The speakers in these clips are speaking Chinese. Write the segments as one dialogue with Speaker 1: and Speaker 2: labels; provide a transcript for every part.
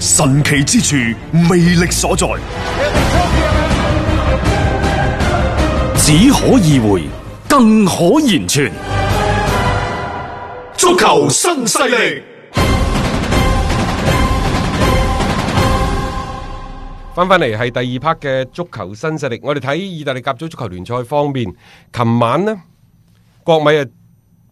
Speaker 1: 神奇之處，魅力所在，
Speaker 2: 只可意會，更可言傳。
Speaker 3: 足球新勢力，
Speaker 4: 翻翻嚟係第二 part 嘅足球新勢力，我哋睇意大利甲組足球聯賽方面，琴晚呢，國米啊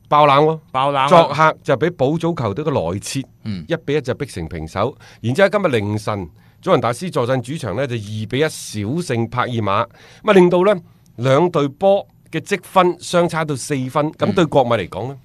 Speaker 4: 爆冷喎，
Speaker 5: 爆冷啊嗯
Speaker 4: 作客就俾保組球隊嘅萊切一比一就逼成平手，然之後今日凌晨祖雲達斯坐鎮主場呢，就二比一小勝帕爾馬，咁啊令到呢兩隊波嘅積分相差到四分，
Speaker 5: 嗯
Speaker 4: 咁對國米嚟講呢，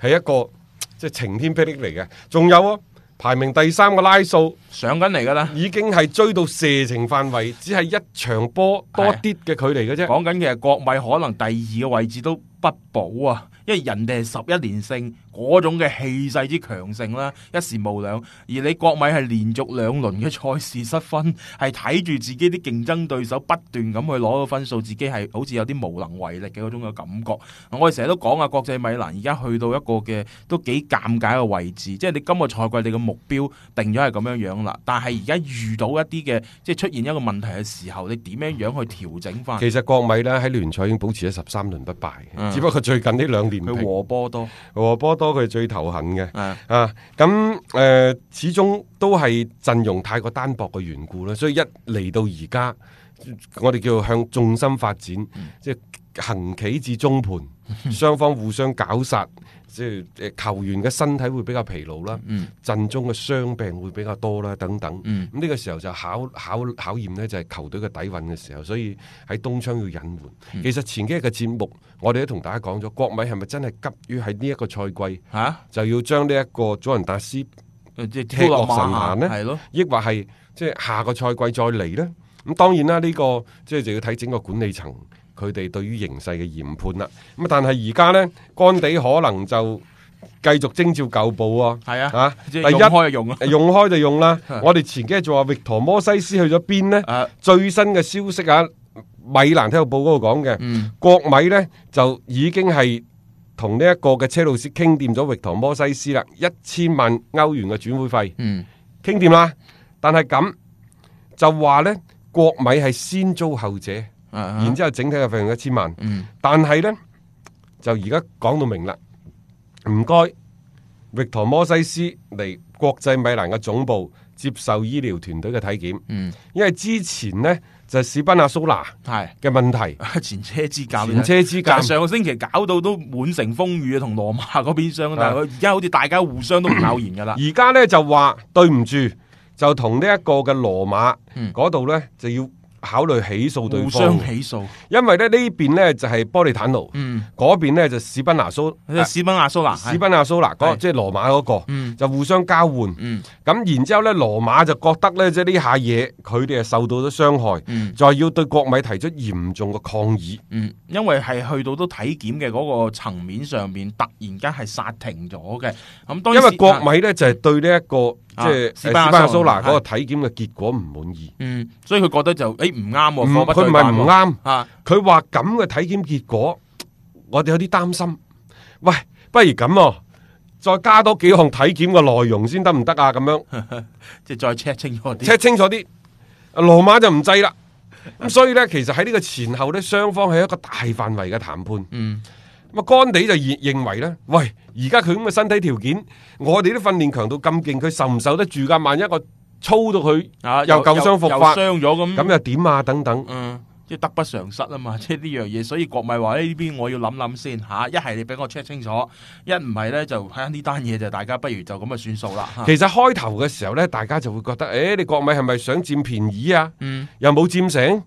Speaker 4: 係一個即係晴天霹靂嚟嘅，仲有啊排名第三個拉素。
Speaker 5: 上緊嚟㗎啦。
Speaker 4: 已經係追到射程範圍，只係一場波多啲嘅距離嘅啫。
Speaker 5: 講緊嘅係國米可能第二個位置都不保啊，因為人哋係十一連勝嗰種嘅氣勢之強盛啦，一時無兩。而你國米係連續兩輪嘅賽事失分，係睇住自己啲競爭對手不斷咁去攞到分數，自己係好似有啲無能為力嘅嗰種嘅感覺。我哋成日都講啊，國際米蘭而家去到一個嘅都幾尷尬嘅位置，即係你今個賽季你嘅目標定咗係咁樣樣啦，但係而家遇到一啲嘅即係出現一個問題嘅時候，你點樣樣去調整翻？
Speaker 4: 其實國米呢喺聯賽已經保持咗十三輪不敗，
Speaker 5: 嗯
Speaker 4: 只不過最近呢兩年
Speaker 5: 佢
Speaker 4: 平
Speaker 5: 和波多，
Speaker 4: 和波多佢最頭痕嘅。
Speaker 5: 啊，
Speaker 4: 啊，咁誒、呃始終都係陣容太過單薄嘅緣故啦，所以一嚟到而家，我哋叫做向重心發展，即係行棋至中盤，雙方互相搞殺，即係呃球員嘅身體會比較疲勞啦，陣中嘅傷病會比較多啦，等等。咁呢、
Speaker 5: 嗯
Speaker 4: 個時候就考考考驗呢，就係球隊嘅底蘊嘅時候，所以喺冬窗要隱瞞。其實前幾日嘅節目，我哋都同大家講咗，國米係咪真係急於喺呢一個賽季？
Speaker 5: 吓、
Speaker 4: 就要將呢一個祖雲達斯，
Speaker 5: 誒即係
Speaker 4: 啊踢落神
Speaker 5: 馬
Speaker 4: 壇呢
Speaker 5: 係咯，
Speaker 4: 抑或係即係下個賽季再嚟呢？咁當然啦，呢、個即係就要睇整個管理層佢哋對於形勢嘅研判啦。咁但係而家呢，干地可能就繼續徵召舊部喎。
Speaker 5: 係啊，
Speaker 4: 啊
Speaker 5: 即
Speaker 4: 第
Speaker 5: 係
Speaker 4: 一
Speaker 5: 用開就 用啦，
Speaker 4: 用開就用 啦。我哋前幾日就話域陀摩西斯去咗邊呢？
Speaker 5: 啊
Speaker 4: 最新嘅消息啊，米蘭體育報嗰度講嘅，
Speaker 5: 嗯
Speaker 4: 國米呢就已經係同呢一個嘅車路士傾掂咗域陀摩西斯啦，一千萬歐元嘅轉會費
Speaker 5: 嗯，
Speaker 4: 傾掂啦。但係咁就話呢，國米係先租後借，然
Speaker 5: 然
Speaker 4: 之後整體嘅費用一千萬。
Speaker 5: 啊嗯
Speaker 4: 但係呢，就而家講到明啦，唔該，域陀摩西斯嚟國際米蘭嘅總部接受醫療團隊嘅體檢，
Speaker 5: 嗯
Speaker 4: 因為之前呢，就係史賓亞蘇拿
Speaker 5: 係
Speaker 4: 嘅問題，
Speaker 5: 前車之鑑，
Speaker 4: 前車之
Speaker 5: 但係
Speaker 4: 鑑。
Speaker 5: 上個星期搞到都滿城風雨啊，同羅馬嗰邊相，但係佢而家好似大家互相都唔咬言㗎啦，
Speaker 4: 而家呢，就話對唔住，就同呢一個嘅羅馬
Speaker 5: 嗯
Speaker 4: 嗰度呢，就要考慮起訴對
Speaker 5: 互
Speaker 4: 方
Speaker 5: 相，起訴，
Speaker 4: 因為咧呢邊呢，就係波利坦奴，
Speaker 5: 嗯，
Speaker 4: 嗰邊呢，就史賓亞蘇。
Speaker 5: 即係史賓亞蘇拿，
Speaker 4: 啊史賓亞蘇拿嗰
Speaker 5: 啊係
Speaker 4: 即係羅馬嗰、個，
Speaker 5: 嗯
Speaker 4: 就互相交換。
Speaker 5: 嗯
Speaker 4: 咁然之後呢，羅馬就覺得呢，即係呢下嘢佢哋係受到咗傷害，
Speaker 5: 嗯
Speaker 4: 就係要對國米提出嚴重嘅抗議。
Speaker 5: 嗯，因為係去到都體檢嘅嗰個層面上面，突然間係煞停咗嘅，咁
Speaker 4: 因
Speaker 5: 當啊然
Speaker 4: 為國米呢，就係對呢、一個
Speaker 5: 啊
Speaker 4: 即係
Speaker 5: 史
Speaker 4: 呃
Speaker 5: 賓亞
Speaker 4: 史賓亞
Speaker 5: 蘇
Speaker 4: 蘇
Speaker 5: 拿
Speaker 4: 拿嗰個體檢嘅結果唔滿意，
Speaker 5: 嗯，所以佢覺得就誒唔啱
Speaker 4: 唔
Speaker 5: 喎，貨不
Speaker 4: 嗯佢
Speaker 5: 對
Speaker 4: 唔
Speaker 5: 辦
Speaker 4: 係唔
Speaker 5: 喎
Speaker 4: 啱，
Speaker 5: 啊。
Speaker 4: 佢話咁嘅體檢結果，我哋有啲擔心。喂，不如咁喎、再加多幾項體檢嘅內容先得唔得啊？咁樣。
Speaker 5: 即係再 check 清楚啲。
Speaker 4: check 清楚啲。羅馬就唔制啦。咁所以呢，其實喺呢個前後呢，雙方係一個大範圍嘅談判。
Speaker 5: 嗯，
Speaker 4: 咁啊，干地就認認為呢，喂，而家佢咁嘅身體條件，我哋啲訓練強度咁勁，佢受唔受得住㗎？萬一我操到佢
Speaker 5: 啊
Speaker 4: 又舊傷復發，
Speaker 5: 又傷咗咁，
Speaker 4: 咁又點啊？等等。
Speaker 5: 嗯，即係得不償失啊嘛， 即係呢樣嘢，所以國米話呢邊我要諗諗先吓，一係你俾我 check 清楚，一唔係咧就睇下呢單嘢就大家不如就咁啊算數啦。嚇
Speaker 4: 其實開頭嘅時候呢，大家就會覺得，誒、你國米係咪想佔便宜啊？
Speaker 5: 嗯
Speaker 4: 又冇佔成，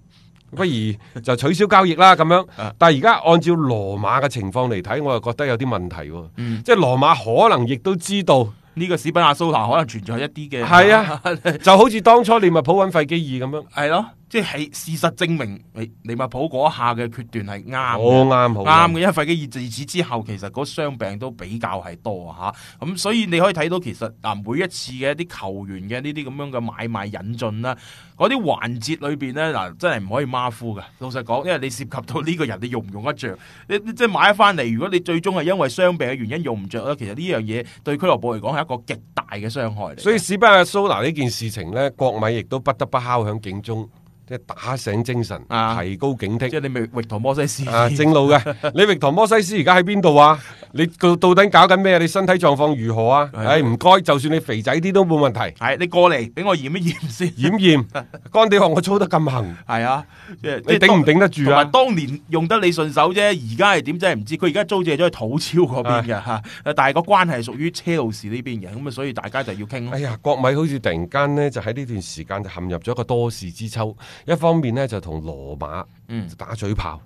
Speaker 4: 不如就取消交易啦咁樣
Speaker 5: 啊。
Speaker 4: 但係而家按照羅馬嘅情況嚟睇，我又覺得有啲問題喎。
Speaker 5: 嗯
Speaker 4: 即係羅馬可能亦都知道
Speaker 5: 呢個史賓亞蘇拿可能存在一啲嘅
Speaker 4: 係 啊就好似當初利物浦揾費基爾咁樣，
Speaker 5: 係咯，即係事實證明，你利物浦嗰一下嘅決斷係啱嘅，
Speaker 4: 好啱好
Speaker 5: 啱嘅，因為費基爾自此之後，其實嗰傷病都比較係多啊吓，咁所以你可以睇到其實啊每一次嘅一啲球員嘅呢啲咁樣嘅買賣引進啦，嗰啲環節裏邊咧嗱，真係唔可以馬虎嘅。老實講，因為你涉及到呢個人，你用唔用得着？ 你你即係買翻嚟，如果你最終係因為傷病嘅原因用唔着咧，其實呢樣嘢對俱樂部嚟講係一個極大嘅傷害嚟。
Speaker 4: 所以史賓亞蘇拿呢件事情呢，國米亦都不得不敲響警鐘，即係打醒精神，
Speaker 5: 啊
Speaker 4: 提高警惕
Speaker 5: 即。係你咪域陀摩西 斯
Speaker 4: 啊，正路嘅。 你域唐摩西斯而家喺邊度啊？你到到底搞緊咩？啊你身體狀況如何啊？
Speaker 5: 係
Speaker 4: 唉，唔該，就算你肥仔啲都冇問題。
Speaker 5: 係你過嚟俾我驗一驗先。
Speaker 4: 掩 驗，干地學我操得咁行，
Speaker 5: 係啊，即係
Speaker 4: 你頂唔頂得住
Speaker 5: 同埋
Speaker 4: 啊？
Speaker 5: 當年用得你順手啫，而家係點真係唔知。佢而家租借咗去土超嗰邊嘅嚇，但係個關係係屬於車路士呢邊嘅，咁啊，所以大家就要傾咯
Speaker 4: 哎。呀，國米好似突然間呢，就喺呢段時間就陷入咗一個多事之秋。一方面呢，就同羅馬
Speaker 5: 嗯
Speaker 4: 打嘴炮，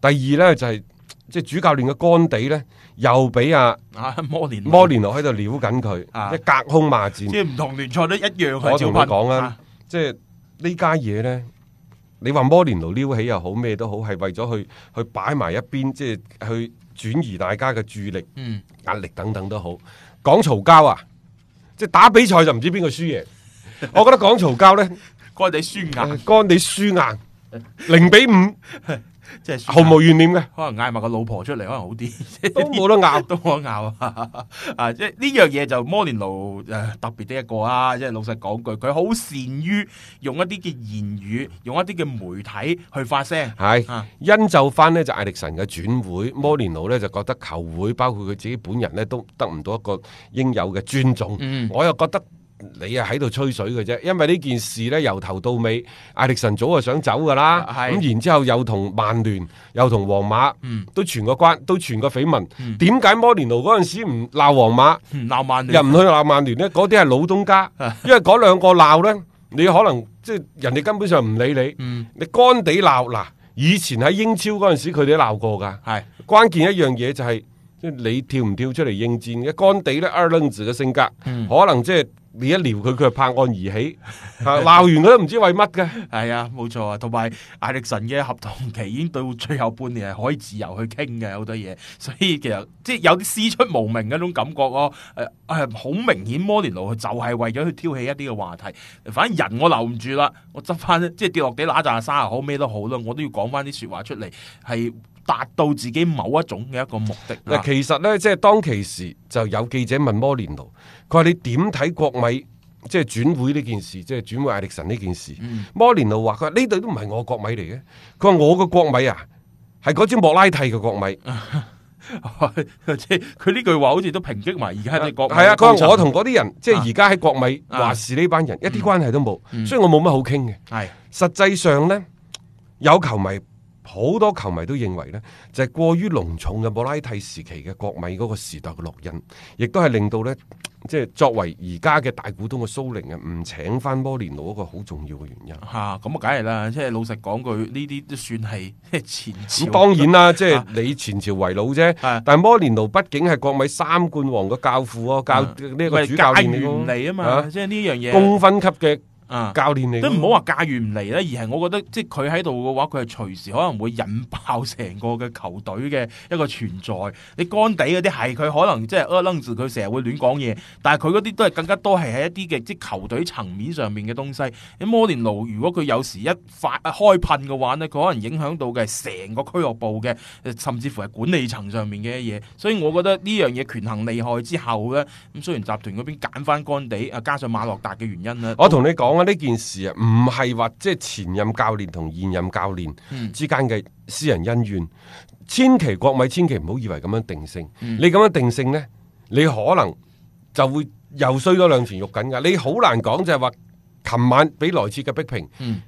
Speaker 4: 第二呢，就係即係主教練嘅干地呢，又俾阿
Speaker 5: 啊，摩連奴
Speaker 4: 摩，連奴喺度撩緊佢，
Speaker 5: 啊
Speaker 4: 即係隔空罵戰。
Speaker 5: 即係唔同聯賽都一樣係
Speaker 4: 我
Speaker 5: 照
Speaker 4: 同你
Speaker 5: 噴。
Speaker 4: 講啊
Speaker 5: 啊，，
Speaker 4: 即係呢家嘢咧，你話摩連奴撩起又好，咩都好，係為咗去去擺埋一邊，即係去轉移大家嘅注意力、
Speaker 5: 嗯，
Speaker 4: 壓力等等都好。講嘈交啊，即係打比賽就唔知邊個輸贏。我覺得講嘈 交咧，
Speaker 5: 該地輸硬，
Speaker 4: 干你輸硬，零比五，
Speaker 5: 即係輸
Speaker 4: 毫
Speaker 5: 硬
Speaker 4: 無懸念 嘅，
Speaker 5: 可能嗌埋個老婆出嚟，可能好啲。
Speaker 4: 都冇得拗。
Speaker 5: 都可咬啊！啊，即係呢樣嘢就摩連奴誒、呃特別的一個啊！即係老實講句，佢好善於用一啲嘅言語，用一啲嘅媒體去發聲。
Speaker 4: 係
Speaker 5: 啊
Speaker 4: 因就翻呢，就艾力神嘅轉會，摩連奴呢，就覺得球會包括佢自己本人呢，都得唔到一個應有嘅尊重。
Speaker 5: 嗯
Speaker 4: 我又覺得你啊喺度吹水嘅啫，因為呢件事呢，由頭到尾，艾力神早就想走㗎啦。
Speaker 5: 啊係
Speaker 4: 咁然之後又同曼聯，又同皇馬，
Speaker 5: 嗯
Speaker 4: 都傳過關，都傳過緋聞。點解摩連奴嗰陣時唔鬧皇馬？
Speaker 5: 嗯鬧曼
Speaker 4: 又
Speaker 5: 聯
Speaker 4: 唔去鬧曼聯呢，嗰啲係老東 家，因為嗰兩個鬧呢，你可能即係人哋根本上唔理你，
Speaker 5: 嗯
Speaker 4: 你干地鬧嗱，以前喺英超嗰陣時佢哋都鬧過㗎。
Speaker 5: 係
Speaker 4: 關鍵一樣嘢就係、即係你跳唔跳出嚟應戰嘅。干地呢，阿楞子嘅性格，
Speaker 5: 嗯
Speaker 4: 可能即係你一撩佢，佢就拍案而起，啊鬧完佢都唔知為乜嘅。
Speaker 5: 係啊，冇錯啊，同埋艾力神嘅合同期已經到最後半年係可以自由去傾嘅好多嘢， 所以其實即係有啲師出無名嗰種感覺咯。誒、誒，好明顯摩連奴就係為咗去挑起一啲嘅話題，反正人我留唔住啦，我執翻即係跌落地揦扎沙又好咩都好啦，我都要講翻啲説話出嚟，係達到自己某一種嘅一個目的。
Speaker 4: 嗱，其實呢，即係當其時就有記者問摩連奴，佢話你點睇國米即係轉會呢件事，即係轉會艾力神呢件事？摩連奴話：佢話呢隊都唔係我國米嚟嘅，佢話我嘅國米啊，係嗰支莫拉蒂嘅國米。
Speaker 5: 即係佢呢句話好似都抨擊埋而家啲國
Speaker 4: 係啊，佢話我
Speaker 5: 同
Speaker 4: 同嗰啲人，即係而家喺國米
Speaker 5: 啊
Speaker 4: 話事呢班人一啲關係都冇，所以我冇乜好傾嘅。
Speaker 5: 係
Speaker 4: 實際上呢，有球迷好多球迷都認為呢，就係、過於濃重嘅莫拉蒂時期嘅國米嗰個時代嘅烙印，亦都係令到呢，即係作為而家嘅大股東嘅蘇寧啊，唔請翻摩連奴一個好重要嘅原因。
Speaker 5: 吓咁啊，梗係啦，即係老實講句，呢啲都算係前朝。
Speaker 4: 咁當然啦，即係
Speaker 5: 啊
Speaker 4: 你前朝為老啫
Speaker 5: 啊，
Speaker 4: 但係摩連奴畢竟係國米三冠王嘅教父咯，教
Speaker 5: 啊
Speaker 4: 呢
Speaker 5: 咪
Speaker 4: 個主教
Speaker 5: 駕
Speaker 4: 練嚟
Speaker 5: 馭唔
Speaker 4: 㗎
Speaker 5: 嚟啊嘛，
Speaker 4: 啊
Speaker 5: 即係呢樣嘢
Speaker 4: 公分級嘅
Speaker 5: 啊，
Speaker 4: 教練嚟㗎。
Speaker 5: 都唔好話駕馭唔嚟啦，而係我覺得即係佢喺度嘅話，佢係隨時可能會引爆成個嘅球隊嘅一個存在。你干地嗰啲係佢可能即係呃楞住佢成日會亂講嘢，但係佢嗰啲都係更加多係喺一啲嘅即係球隊層面上面嘅東西。你摩連奴如果佢有時一發開噴嘅話呢，佢可能影響到嘅係成個俱樂部嘅，呃甚至乎係管理層上面嘅嘢。所以我覺得呢樣嘢權衡利害之後呢，咁雖然集團嗰邊揀翻干地啊，加上馬洛達嘅原因啦，
Speaker 4: 我同你講啊，呢件事啊，唔係話即係前任教練同現任教練
Speaker 5: 嗯
Speaker 4: 之間嘅私人恩怨，千祈國米千祈唔好以為咁樣定性。
Speaker 5: 嗯
Speaker 4: 你咁樣定性呢，你可能就會又衰咗兩錢肉緊噶。你好難講就係話，琴晚俾萊切嘅逼平，
Speaker 5: 嗯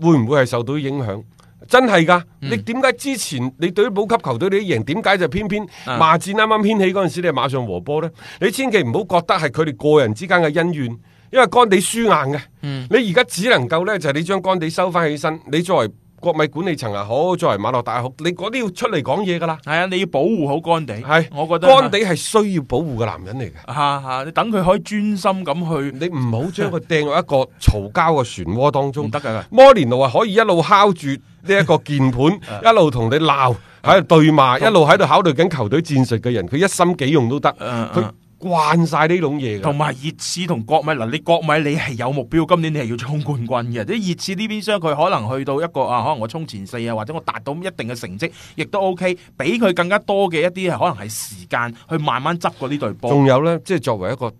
Speaker 4: 會唔會係受到影響？真係㗎，
Speaker 5: 嗯
Speaker 4: 你點解之前你對於保級球隊你都贏，點解就偏偏
Speaker 5: 啊
Speaker 4: 罵戰啱啱掀起嗰陣時，你係馬上和波呢？你千祈唔好覺得係佢哋個人之間嘅恩怨，因為干地輸硬嘅。
Speaker 5: 嗯
Speaker 4: 你而家只能夠呢，就係你將干地收翻起身，你作為國米管理層又好，作為馬洛達又好，你嗰啲要出嚟講嘢噶啦。
Speaker 5: 系啊，你要保護好干地，
Speaker 4: 係，
Speaker 5: 我覺得啊
Speaker 4: 干地係需要保護嘅男人嚟嘅。
Speaker 5: 吓吓，你等佢可以專心咁去，
Speaker 4: 你唔好將佢掟入一個嘈交嘅漩渦當中。
Speaker 5: 唔得㗎
Speaker 4: 摩連奴啊，可以一路敲住呢一個鍵盤，
Speaker 5: 啊
Speaker 4: 一路同你鬧，喺度對罵，一路喺度考慮緊球隊戰術嘅人，佢一心幾用都得。
Speaker 5: 嗯
Speaker 4: 佢慣晒呢種嘢㗎
Speaker 5: 同埋熱刺同國米嗱，你國米你係有目標，今年你係要衝冠軍嘅。啲熱刺呢邊商佢可能去到一個啊，可能我衝前四啊，或者我達到一定嘅成績，亦都 OK，俾佢更加多嘅一啲可能係時間去慢慢執過呢隊波。
Speaker 4: 仲有呢，即係作為一個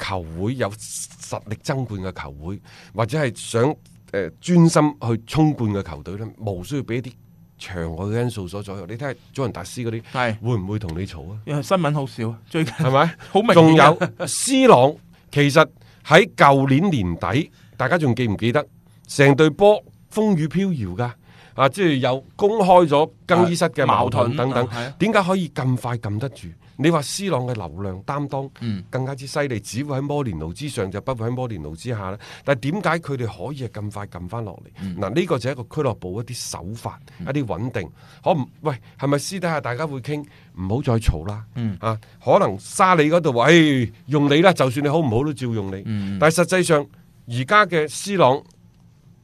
Speaker 4: 球會有實力爭冠嘅球會，或者係想誒專、心去衝冠嘅球隊呢，無需要俾一啲場外嘅因素所左右。你睇下祖雲達斯嗰啲，
Speaker 5: 係
Speaker 4: 會唔會同你嘈啊？
Speaker 5: 因為新聞好少，最近
Speaker 4: 係咪？
Speaker 5: 好明顯
Speaker 4: 仲
Speaker 5: 啊
Speaker 4: 有 C 朗，其實喺舊年年底，大家仲記唔記得？成隊波風雨飄搖噶，啊，即係有公開咗更衣室嘅
Speaker 5: 啊
Speaker 4: 矛
Speaker 5: 矛
Speaker 4: 盾
Speaker 5: 盾
Speaker 4: 等等
Speaker 5: 啊係啊，
Speaker 4: 點解可以咁快撳得住？你話 C 朗嘅流量擔當
Speaker 5: 嗯
Speaker 4: 更加之犀利，只會喺摩連奴之上，就不會喺摩連奴之下咧。但係點解佢哋可以係咁快撳翻落
Speaker 5: 嗯
Speaker 4: 嚟？嗱，呢個就係一個俱樂部一啲手法、一啲穩定。可唔喂係咪私底下大家會傾唔好再嘈啦？
Speaker 5: 嗯
Speaker 4: 啊，可能沙里嗰度話，誒用你啦，就算你好唔好都照用你。
Speaker 5: 嗯
Speaker 4: 但係實際上而家嘅 C 朗。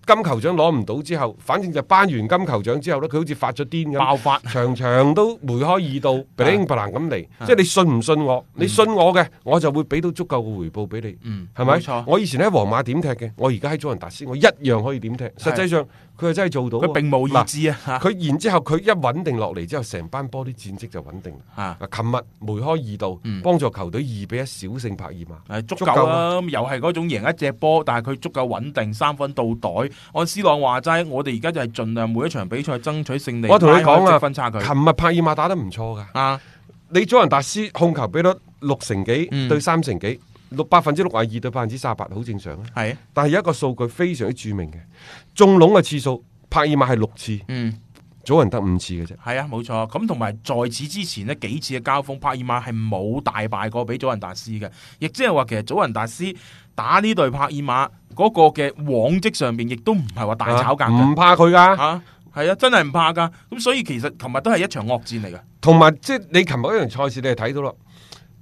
Speaker 4: 金球獎攞唔到之後，反正就頒完金球獎之後咧，佢好似發咗癲咁，
Speaker 5: 爆發
Speaker 4: 場場都梅開二
Speaker 5: 啊
Speaker 4: 度 b l i n 咁嚟，即係你信唔信我？
Speaker 5: 嗯
Speaker 4: 你信我嘅，我就會俾到足夠嘅回報俾你，係
Speaker 5: 冇錯
Speaker 4: 咪？我以前喺皇馬點踢嘅，我而家喺祖雲達斯，我一樣可以點踢。實際上佢係真係做到喎，
Speaker 5: 佢並冇意志啊
Speaker 4: 嗱佢然之後佢一穩定落嚟之後，成班波啲戰績就穩定啦
Speaker 5: 啊。嗯
Speaker 4: 嗱琴日梅開二度，幫助球隊二比一小勝帕爾馬。
Speaker 5: 係足
Speaker 4: 足
Speaker 5: 夠
Speaker 4: 夠
Speaker 5: 啦，咁又係嗰種贏一隻波，但係佢足夠穩定，三分到袋。按斯朗話齋，我哋而家就係盡量每一場比賽爭取勝利，
Speaker 4: 我同你
Speaker 5: 拉
Speaker 4: 講
Speaker 5: 開
Speaker 4: 啊，
Speaker 5: 積分差距
Speaker 4: 琴日帕爾馬打得唔錯㗎。
Speaker 5: 啊，
Speaker 4: 你祖雲達斯控球比率六成幾
Speaker 5: 嗯
Speaker 4: 對三成幾，六百分之六廿二對百分之三十八，好正常啊。
Speaker 5: 係，
Speaker 4: 但係有一個數據非常之著名嘅，中籠嘅次數，帕爾馬係六次，
Speaker 5: 嗯。
Speaker 4: 祖雲得五次嘅啫。
Speaker 5: 係啊，冇錯。咁同埋在此之前呢幾次嘅交鋒，帕爾馬係冇大敗過俾祖雲達斯嘅，亦即係話其實祖雲達斯打呢隊帕爾馬嗰個嘅往績上邊，亦都唔係話大炒價
Speaker 4: 啊唔
Speaker 5: 嘅
Speaker 4: 怕佢㗎，
Speaker 5: 嚇。係啊，真係唔怕噶。咁所以其實琴日都係一場惡戰嚟嘅。
Speaker 4: 同埋即係你琴日嗰場賽事你係睇到咯。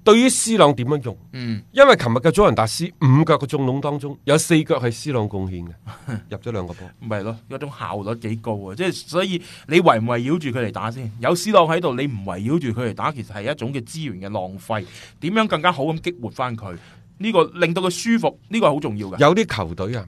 Speaker 4: 對於 C 朗點樣用？
Speaker 5: 嗯，
Speaker 4: 因為琴日嘅祖雲達斯五腳嘅中籠當中，有四腳係 C 朗貢獻嘅， 入咗兩個波。
Speaker 5: 咪咯，嗰種效率幾高啊！即係所以你圍唔圍繞住佢嚟打先？有 C 朗喺度，你唔圍繞住佢嚟打，其實係一種嘅資源嘅浪費。點樣更加好咁激活翻佢？呢、個令到佢舒服，呢、個係好重要嘅。
Speaker 4: 有啲球隊啊，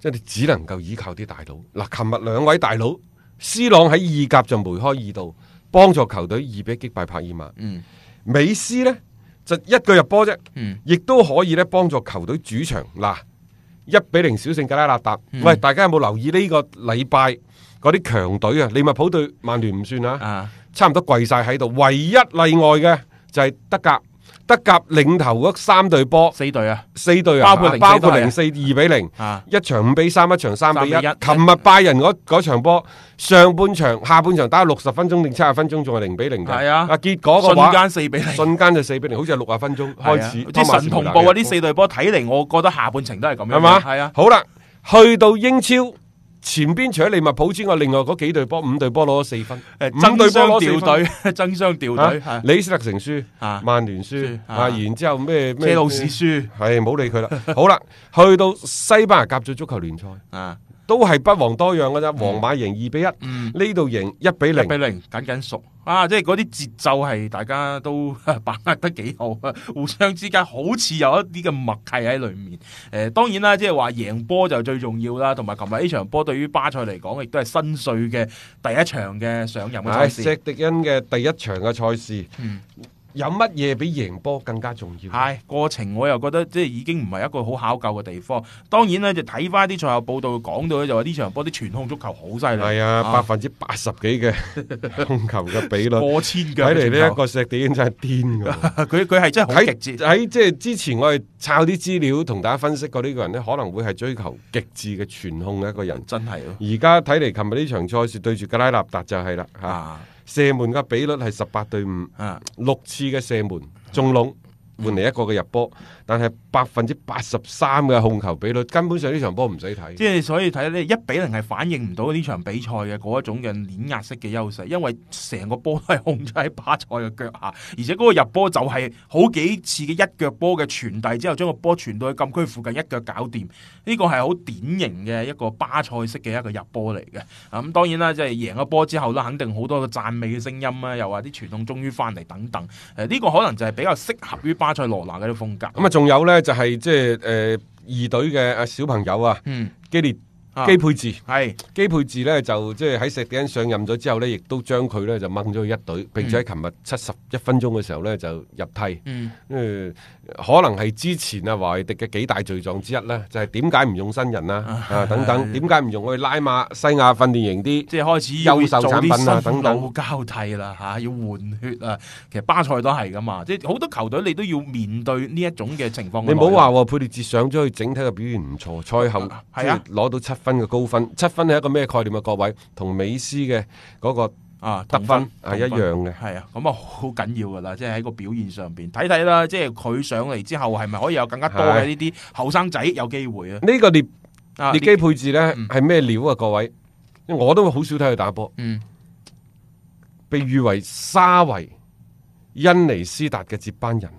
Speaker 4: 即係你只能夠依靠啲大佬。嗱，琴日兩位大佬，C 朗喺意甲就梅開二度，幫助球隊二比一擊敗帕爾馬。
Speaker 5: 嗯，
Speaker 4: 美斯呢，就一個入波啫
Speaker 5: 嗯，
Speaker 4: 亦都可以咧幫助球隊主場嗱一比零小勝格拉納達。喂，大家有冇留意呢個禮拜嗰啲強隊啊？利物浦對曼聯唔算啊，
Speaker 5: 啊，
Speaker 4: 差唔多跪晒喺度，唯一例外嘅就係德甲。德甲領頭嗰三隊波，
Speaker 5: 四隊啊！
Speaker 4: 四隊啊，
Speaker 5: 包括零四
Speaker 4: 包括
Speaker 5: 都係啊
Speaker 4: 零四二比零
Speaker 5: 啊，
Speaker 4: 一場五比三，一場三比一。
Speaker 5: 3比一
Speaker 4: 琴日拜仁嗰嗰場波，上半場、下半場打六十分鐘定七十分鐘，仲係零比零嘅。
Speaker 5: 係啊
Speaker 4: 啊結果嘅
Speaker 5: 瞬
Speaker 4: 話，
Speaker 5: 間四比零，啊
Speaker 4: 瞬間就四比零，好似係六十分鐘開始。
Speaker 5: 啲神同步啊！呢
Speaker 4: 呢
Speaker 5: 四隊波睇嚟，我覺得下半程都係咁樣嘅，
Speaker 4: 係嘛？
Speaker 5: 係啊，
Speaker 4: 好啦，去到英超。前邊除咗利物浦之外，另外嗰幾隊波五隊波攞咗四分，
Speaker 5: 誒
Speaker 4: 五隊
Speaker 5: 爭相
Speaker 4: 波攞四
Speaker 5: 掉
Speaker 4: 分。
Speaker 5: 隊， 爭相掉
Speaker 4: 啊
Speaker 5: 隊，係
Speaker 4: 李斯特城輸
Speaker 5: 啊，
Speaker 4: 曼聯輸
Speaker 5: 輸
Speaker 4: 啊，
Speaker 5: 啊
Speaker 4: 然之後咩咩
Speaker 5: 車路士輸
Speaker 4: 係冇理佢啦。 好啦，去到西班牙甲組足球聯賽，
Speaker 5: 啊，
Speaker 4: 都係不遑多讓嘅啫。皇馬贏二比一，呢度贏一比
Speaker 5: 嗯一比
Speaker 4: 零。
Speaker 5: 零，緊緊熟啊！即係嗰啲節奏係大家都 把握得幾好 啊，互相之間好似有一啲嘅默契喺裏面。誒，當然啦，即係話贏波就最重要啦，同埋琴日呢場波對於巴塞嚟講，亦都係新帥嘅第一場嘅上任嘅賽
Speaker 4: 唉，
Speaker 5: 事。嗯
Speaker 4: 石迪恩嘅第一場嘅賽事，有乜嘢比贏波更加重要？
Speaker 5: 係過程，我又覺得即係已經唔係一個好考究嘅地方。當然咧，就睇翻啲賽後報道講到咧，就話呢場波啲傳控足球好犀利，
Speaker 4: 係啊，百分之八十幾 嘅控球嘅比率，
Speaker 5: 過千嘅
Speaker 4: 睇嚟呢一
Speaker 5: 個
Speaker 4: 個石地恩真係癲㗎喎。
Speaker 5: 佢佢係真係好
Speaker 4: 喺
Speaker 5: 極致。
Speaker 4: 喺即係之前我哋抄啲資料同大家分析過呢個人呢，可能會係追求極致嘅傳控嘅一個人。
Speaker 5: 真係咯，
Speaker 4: 而家睇嚟，琴日呢場賽事對住格拉納達就係啦嚇
Speaker 5: 啊，
Speaker 4: 射門嘅比率係十八對五，
Speaker 5: 啊
Speaker 4: 六次嘅射門中籠，換嚟一個嘅入波，但係百分之八十三嘅控球比率，根本上呢場波唔使睇。
Speaker 5: 即係所以睇呢一比零係反映唔到呢場比賽嘅嗰一種嘅碾壓式嘅優勢，因為成個波都係控制喺巴塞嘅腳下，而且嗰個入波就係好幾次嘅一腳波嘅傳遞之後，將個波傳到去禁區附近一腳搞掂，呢個係好典型嘅一個巴塞式嘅一個入波嚟嘅。啊咁、當然啦，即係贏咗波之後啦，肯定好多嘅讚美嘅聲音啦，又話啲傳統終於翻嚟等等。誒、呢、個可能就係比較適合於巴塞羅那嘅啲風格。
Speaker 4: 咁啊，仲有呢，就係即係诶二隊嘅啊小朋友啊，
Speaker 5: 嗯，
Speaker 4: 基列
Speaker 5: 啊
Speaker 4: 基佩治。
Speaker 5: 係
Speaker 4: 基佩治呢，就即係喺石頂上任咗之後呢，亦都將佢呢就掹咗去一隊，並且喺琴日七十一分鐘嘅時候呢，就入替。
Speaker 5: 嗯。
Speaker 4: 誒、可能係之前啊華為迪嘅幾大罪狀之一呢，就係點解唔用新人啊？啊等等，點解唔用我哋拉馬西亞訓練營啲？
Speaker 5: 即係開始
Speaker 4: 優
Speaker 5: 要
Speaker 4: 秀
Speaker 5: 做
Speaker 4: 產
Speaker 5: 啲
Speaker 4: 品啊
Speaker 5: 新
Speaker 4: 等等
Speaker 5: 老交替啦嚇、要換血啊！其實巴塞都係噶嘛，即係好多球隊你都要面對呢一種嘅情況。
Speaker 4: 你唔好話喎，佩列哲上咗去，整體嘅表現唔錯，賽後
Speaker 5: 啊
Speaker 4: 即
Speaker 5: 係啊
Speaker 4: 係攞到七分嘅高分，七分係一個咩概念啊？各位同美斯嘅嗰個
Speaker 5: 啊
Speaker 4: 得分
Speaker 5: 同
Speaker 4: 係一樣嘅
Speaker 5: 係啊，咁啊好緊要噶啦，即係喺個表現上邊睇睇啦，即係佢上嚟之後係咪可以有更加多嘅
Speaker 4: 係
Speaker 5: 呢啲後生仔有機會啊？
Speaker 4: 呢個列
Speaker 5: 啊嗯
Speaker 4: 列
Speaker 5: 呢
Speaker 4: 基配置呢係咩料啊？各位，因為我都好少睇佢打波，
Speaker 5: 嗯
Speaker 4: 被譽為沙維恩尼斯達嘅接班人，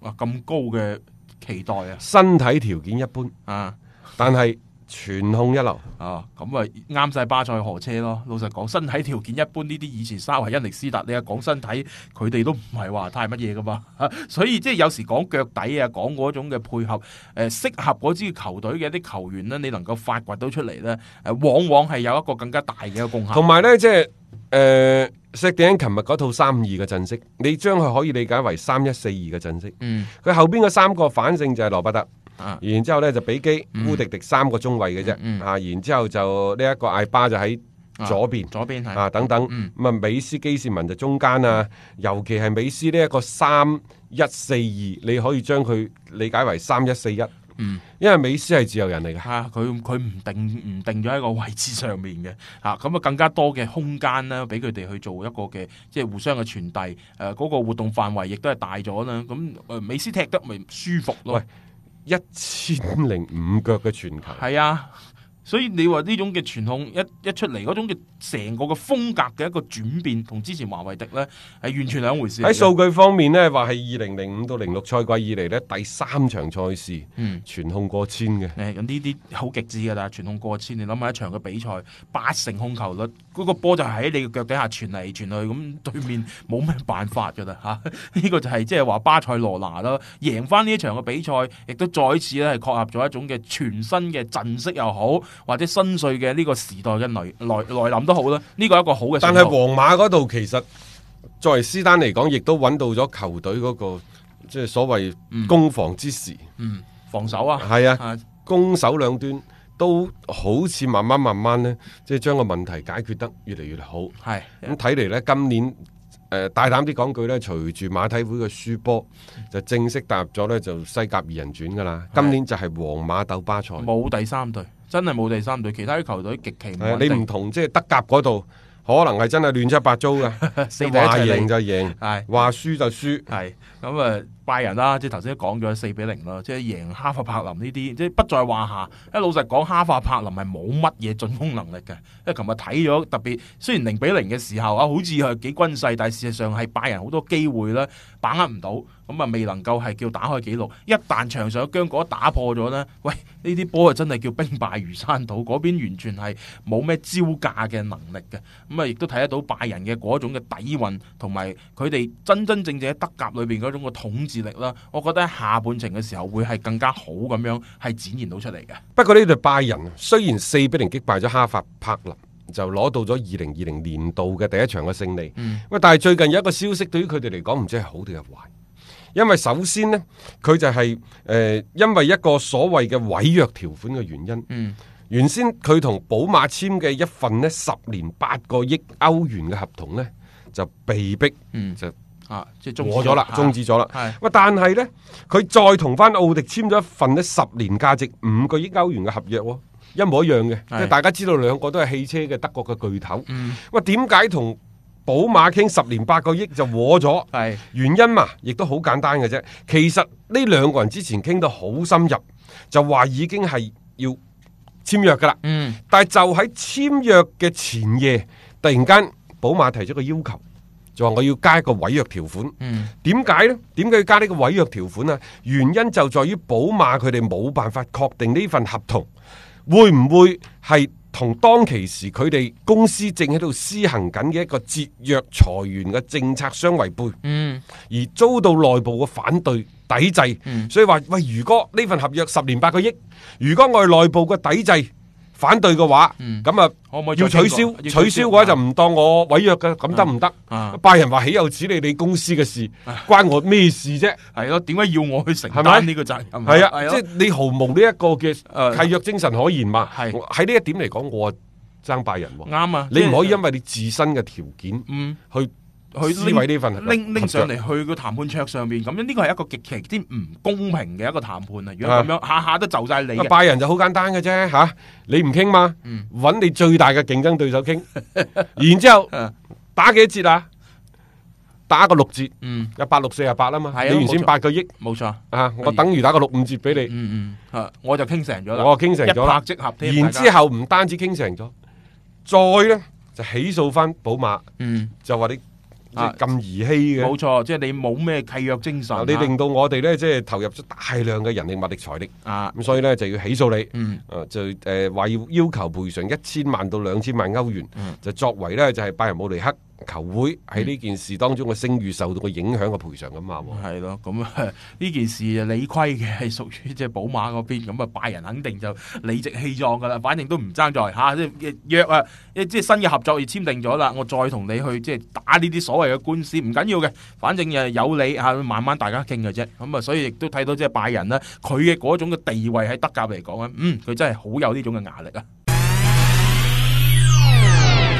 Speaker 5: 哇啊咁高嘅期待啊
Speaker 4: 身體條件一般，
Speaker 5: 啊！
Speaker 4: 但係全控一 流。
Speaker 5: 啊，咁啊啱晒巴塞河車咯。老實講，身體條件一般，呢啲以前沙維恩尼斯達，你一講身體，佢哋都唔係話太乜嘢噶嘛。 所以即係有時講腳底啊，講嗰種嘅配合，誒、適合嗰支球隊嘅一啲球員呢，你能夠發掘到出嚟呢，誒、往往係有一個更加大嘅一個功效。
Speaker 4: 同埋呢，即係诶，石頂琴日嗰套三二嘅陣式，你將佢可以理解為三一四二嘅陣式。
Speaker 5: 嗯
Speaker 4: 佢後邊嗰三個反勝就係羅伯特，
Speaker 5: 啊嗯
Speaker 4: 然之後咧就比基、烏迪迪三個中衞嘅啫，
Speaker 5: 嗯嗯
Speaker 4: 啊，然之後就呢一個艾巴就喺左邊。
Speaker 5: 左邊係
Speaker 4: 啊，等等，
Speaker 5: 嗯
Speaker 4: 咁啊，美斯基士文就中間啊，尤其係美斯呢一個三一四二，你可以將佢理解為三一四一，
Speaker 5: 嗯
Speaker 4: 因為美斯係自由人嚟嘅，
Speaker 5: 啊，佢佢唔定唔定咗喺個位置上面嘅， 啊咁啊更加多嘅空間啦，俾佢哋去做一個嘅即係互相嘅傳遞，誒、嗰、個活動範圍亦都係大咗啦，咁、誒美斯踢得咪舒服咯
Speaker 4: 喂，一千零五腳嘅傳球。
Speaker 5: 係啊。所以你話呢種嘅傳控一一出嚟嗰種嘅成個嘅風格嘅一個轉變，同之前華為迪呢係完全兩回事嚟嘅。
Speaker 4: 喺數據方面呢，話係二零零五到零六賽季以嚟呢，第三場賽事，
Speaker 5: 嗯
Speaker 4: 全控過千嘅。
Speaker 5: 誒咁呢啲好極致㗎啦，傳控過千，你諗下一場嘅比賽，八成控球率，嗰、個波就喺你嘅腳底下傳嚟傳去，咁對面冇咩辦法㗎啦嚇。 呢、個就係即係話巴塞羅那啦，贏翻呢一場嘅比賽，亦都再次咧係確立咗一種嘅全新嘅陣式又好，或者新帥嘅呢個時代嘅來來來臨都好啦。呢個係一個好嘅
Speaker 4: 但
Speaker 5: 信
Speaker 4: 係
Speaker 5: 號，
Speaker 4: 皇馬嗰度其實作為斯丹嚟講，亦都揾到咗球隊嗰、個即係所謂攻防之時，
Speaker 5: 嗯防守啊，
Speaker 4: 係啊
Speaker 5: 啊
Speaker 4: 攻守兩端都好似慢慢慢慢呢，即係將個問題解決得越嚟越好。
Speaker 5: 係啊
Speaker 4: 咁睇嚟呢，今年诶、呃大膽啲講句呢，隨住馬體會嘅輸波，就正式踏入咗呢就西甲二人轉噶啦。
Speaker 5: 係
Speaker 4: 今年就係皇馬鬥巴塞。
Speaker 5: 冇第三隊，真係冇第三隊，其他啲球隊極其唔
Speaker 4: 係啊
Speaker 5: 穩
Speaker 4: 你
Speaker 5: 定
Speaker 4: 唔同即係德甲嗰度，可能係真係亂七八糟嘅，
Speaker 5: 四隊一
Speaker 4: 話
Speaker 5: 齊嚟
Speaker 4: 贏就贏，
Speaker 5: 係
Speaker 4: 話輸就輸。
Speaker 5: 系咁啊，拜仁啦，即系頭先都講咗四比零啦，即係贏哈法柏林呢啲，即係不在話下。因為老實講，哈法柏林係冇乜嘢進攻能力嘅。因為琴日睇咗，特別雖然零比零嘅時候啊，好似係幾均勢，但係事實上係拜仁好多機會啦，把握唔到，咁啊未能夠係叫打開紀錄。一旦場上嘅僵果打破咗呢，喂，呢啲波啊真係叫兵敗如山倒，嗰邊完全係冇咩招架嘅能力嘅。咁啊，亦都睇得到拜仁嘅嗰種嘅底運，同埋佢哋真真正正喺德甲裏邊嗰種嘅統治力啦，我覺得喺下半程嘅時候會係更加好咁樣係展現到出嚟嘅。
Speaker 4: 不過呢隊拜仁雖然四比零擊敗咗哈法柏林。就攞到咗二零二零年度嘅第一場嘅勝利，喂、
Speaker 5: 嗯
Speaker 4: 但係最近有一個消息對於佢哋嚟講唔知係好定係壞，因為首先呢，佢就係、呃因為一個所謂嘅違約條款嘅原因，
Speaker 5: 嗯
Speaker 4: 原先佢同寶馬簽嘅一份呢十年八個億歐元嘅合同呢，就被逼
Speaker 5: 嗯，
Speaker 4: 就
Speaker 5: 啊，即係中
Speaker 4: 和咗啦，終止咗啦。
Speaker 5: 係
Speaker 4: 喂，但係呢，佢再同翻奧迪簽咗一份呢十年價值五個億歐元嘅合約喎，一模一樣嘅。
Speaker 5: 係
Speaker 4: 即係大家知道兩個都係汽車嘅德國嘅巨頭。
Speaker 5: 嗯
Speaker 4: 喂，點解同寶馬傾十年八個億就和咗。
Speaker 5: 係
Speaker 4: 原因嘛，亦都好簡單嘅啫。其實呢兩個人之前傾得好深入，就話已經係要簽約噶啦。
Speaker 5: 嗯，
Speaker 4: 但係就喺簽約嘅前夜，突然間寶馬提出個要求，就話我要加一個違約條款。
Speaker 5: 嗯，
Speaker 4: 點解呢？點解要加呢個違約條款啊？原因就在於寶馬佢哋冇辦法確定呢份合同會唔會係同當其時佢哋公司正喺度施行緊嘅一個節約裁員嘅政策相違背。
Speaker 5: 嗯，
Speaker 4: 而遭到內部嘅反對抵制，所以話喂，如果呢份合約十年八個億，如果我哋內部嘅抵制反對嘅話，咁啊、
Speaker 5: 嗯可唔可以再
Speaker 4: 要取消？
Speaker 5: 傾過
Speaker 4: 取
Speaker 5: 要取
Speaker 4: 消
Speaker 5: 消
Speaker 4: 嘅話就唔當我違約嘅，咁得唔得
Speaker 5: 啊？
Speaker 4: 拜仁話豈有此理，你公司嘅事關我咩事啫？
Speaker 5: 係咯，點解要我去承
Speaker 4: 係咪
Speaker 5: 擔呢個責任？
Speaker 4: 係啊，
Speaker 5: 係
Speaker 4: 即
Speaker 5: 咯
Speaker 4: 係你毫無呢一個嘅
Speaker 5: 誒
Speaker 4: 契約精神可言嘛。
Speaker 5: 係
Speaker 4: 我喺呢一點嚟講，我爭拜仁喎。
Speaker 5: 啱啊，
Speaker 4: 你唔可以
Speaker 5: 即係
Speaker 4: 因為你自身嘅條件
Speaker 5: 嗯
Speaker 4: 去
Speaker 5: 去
Speaker 4: 撕毀呢份合約
Speaker 5: 拎拎上嚟去個談判桌上邊，咁樣呢個係一個極其之唔公平嘅一個談判啊！如果
Speaker 4: 啊
Speaker 5: 咁樣下下都就晒你
Speaker 4: 啊
Speaker 5: 嘅，嗯
Speaker 4: 拜仁就好簡單嘅啫吓，你唔傾嘛，揾、你最大嘅競爭對手 傾，然之後
Speaker 5: 啊
Speaker 4: 打幾折啊？打個六折，
Speaker 5: 嗯，
Speaker 4: 一八六四啊八啦嘛，
Speaker 5: 係啊
Speaker 4: 你原先
Speaker 5: 冇錯
Speaker 4: 八個億
Speaker 5: 冇錯，
Speaker 4: 啊，我等於打個六五折俾你，
Speaker 5: 嗯嗯，啊我就傾成咗啦，
Speaker 4: 我哦傾成咗
Speaker 5: 一拍
Speaker 4: 啦
Speaker 5: 即合添，
Speaker 4: 然
Speaker 5: 大家
Speaker 4: 之後唔單止傾成咗，再呢就起訴翻寶馬，
Speaker 5: 嗯
Speaker 4: 就話你即係
Speaker 5: 啊
Speaker 4: 咁兒戲嘅
Speaker 5: 冇。錯，即係你冇咩契約精神啊，
Speaker 4: 嗯啊你令到我哋呢，即係投入咗大量嘅人力、物力、財力，
Speaker 5: 啊，
Speaker 4: 咁所以呢，就要起訴你。
Speaker 5: 嗯
Speaker 4: 啊，就誒話要要求賠償一千萬到兩千萬歐元，
Speaker 5: 嗯
Speaker 4: 就作為呢，就係拜仁慕尼黑球會喺呢件事當中嘅聲譽受到嘅影響嘅賠償咁啊喎。
Speaker 5: 係咯，咁啊 呢件事啊理虧嘅係屬於即係寶馬嗰邊，咁啊拜仁肯定就理直氣壯噶啦，反正都唔爭在吓，即係約啊，即係新嘅合作亦簽訂咗啦，我再同你去即係打呢啲所謂嘅官司，唔緊要嘅，反正誒有你吓，慢慢大家傾嘅啫。咁啊，所以亦都睇到即係拜仁啦，佢嘅嗰種嘅地位喺德甲嚟講咧，嗯，佢真係好有呢種嘅壓力啊！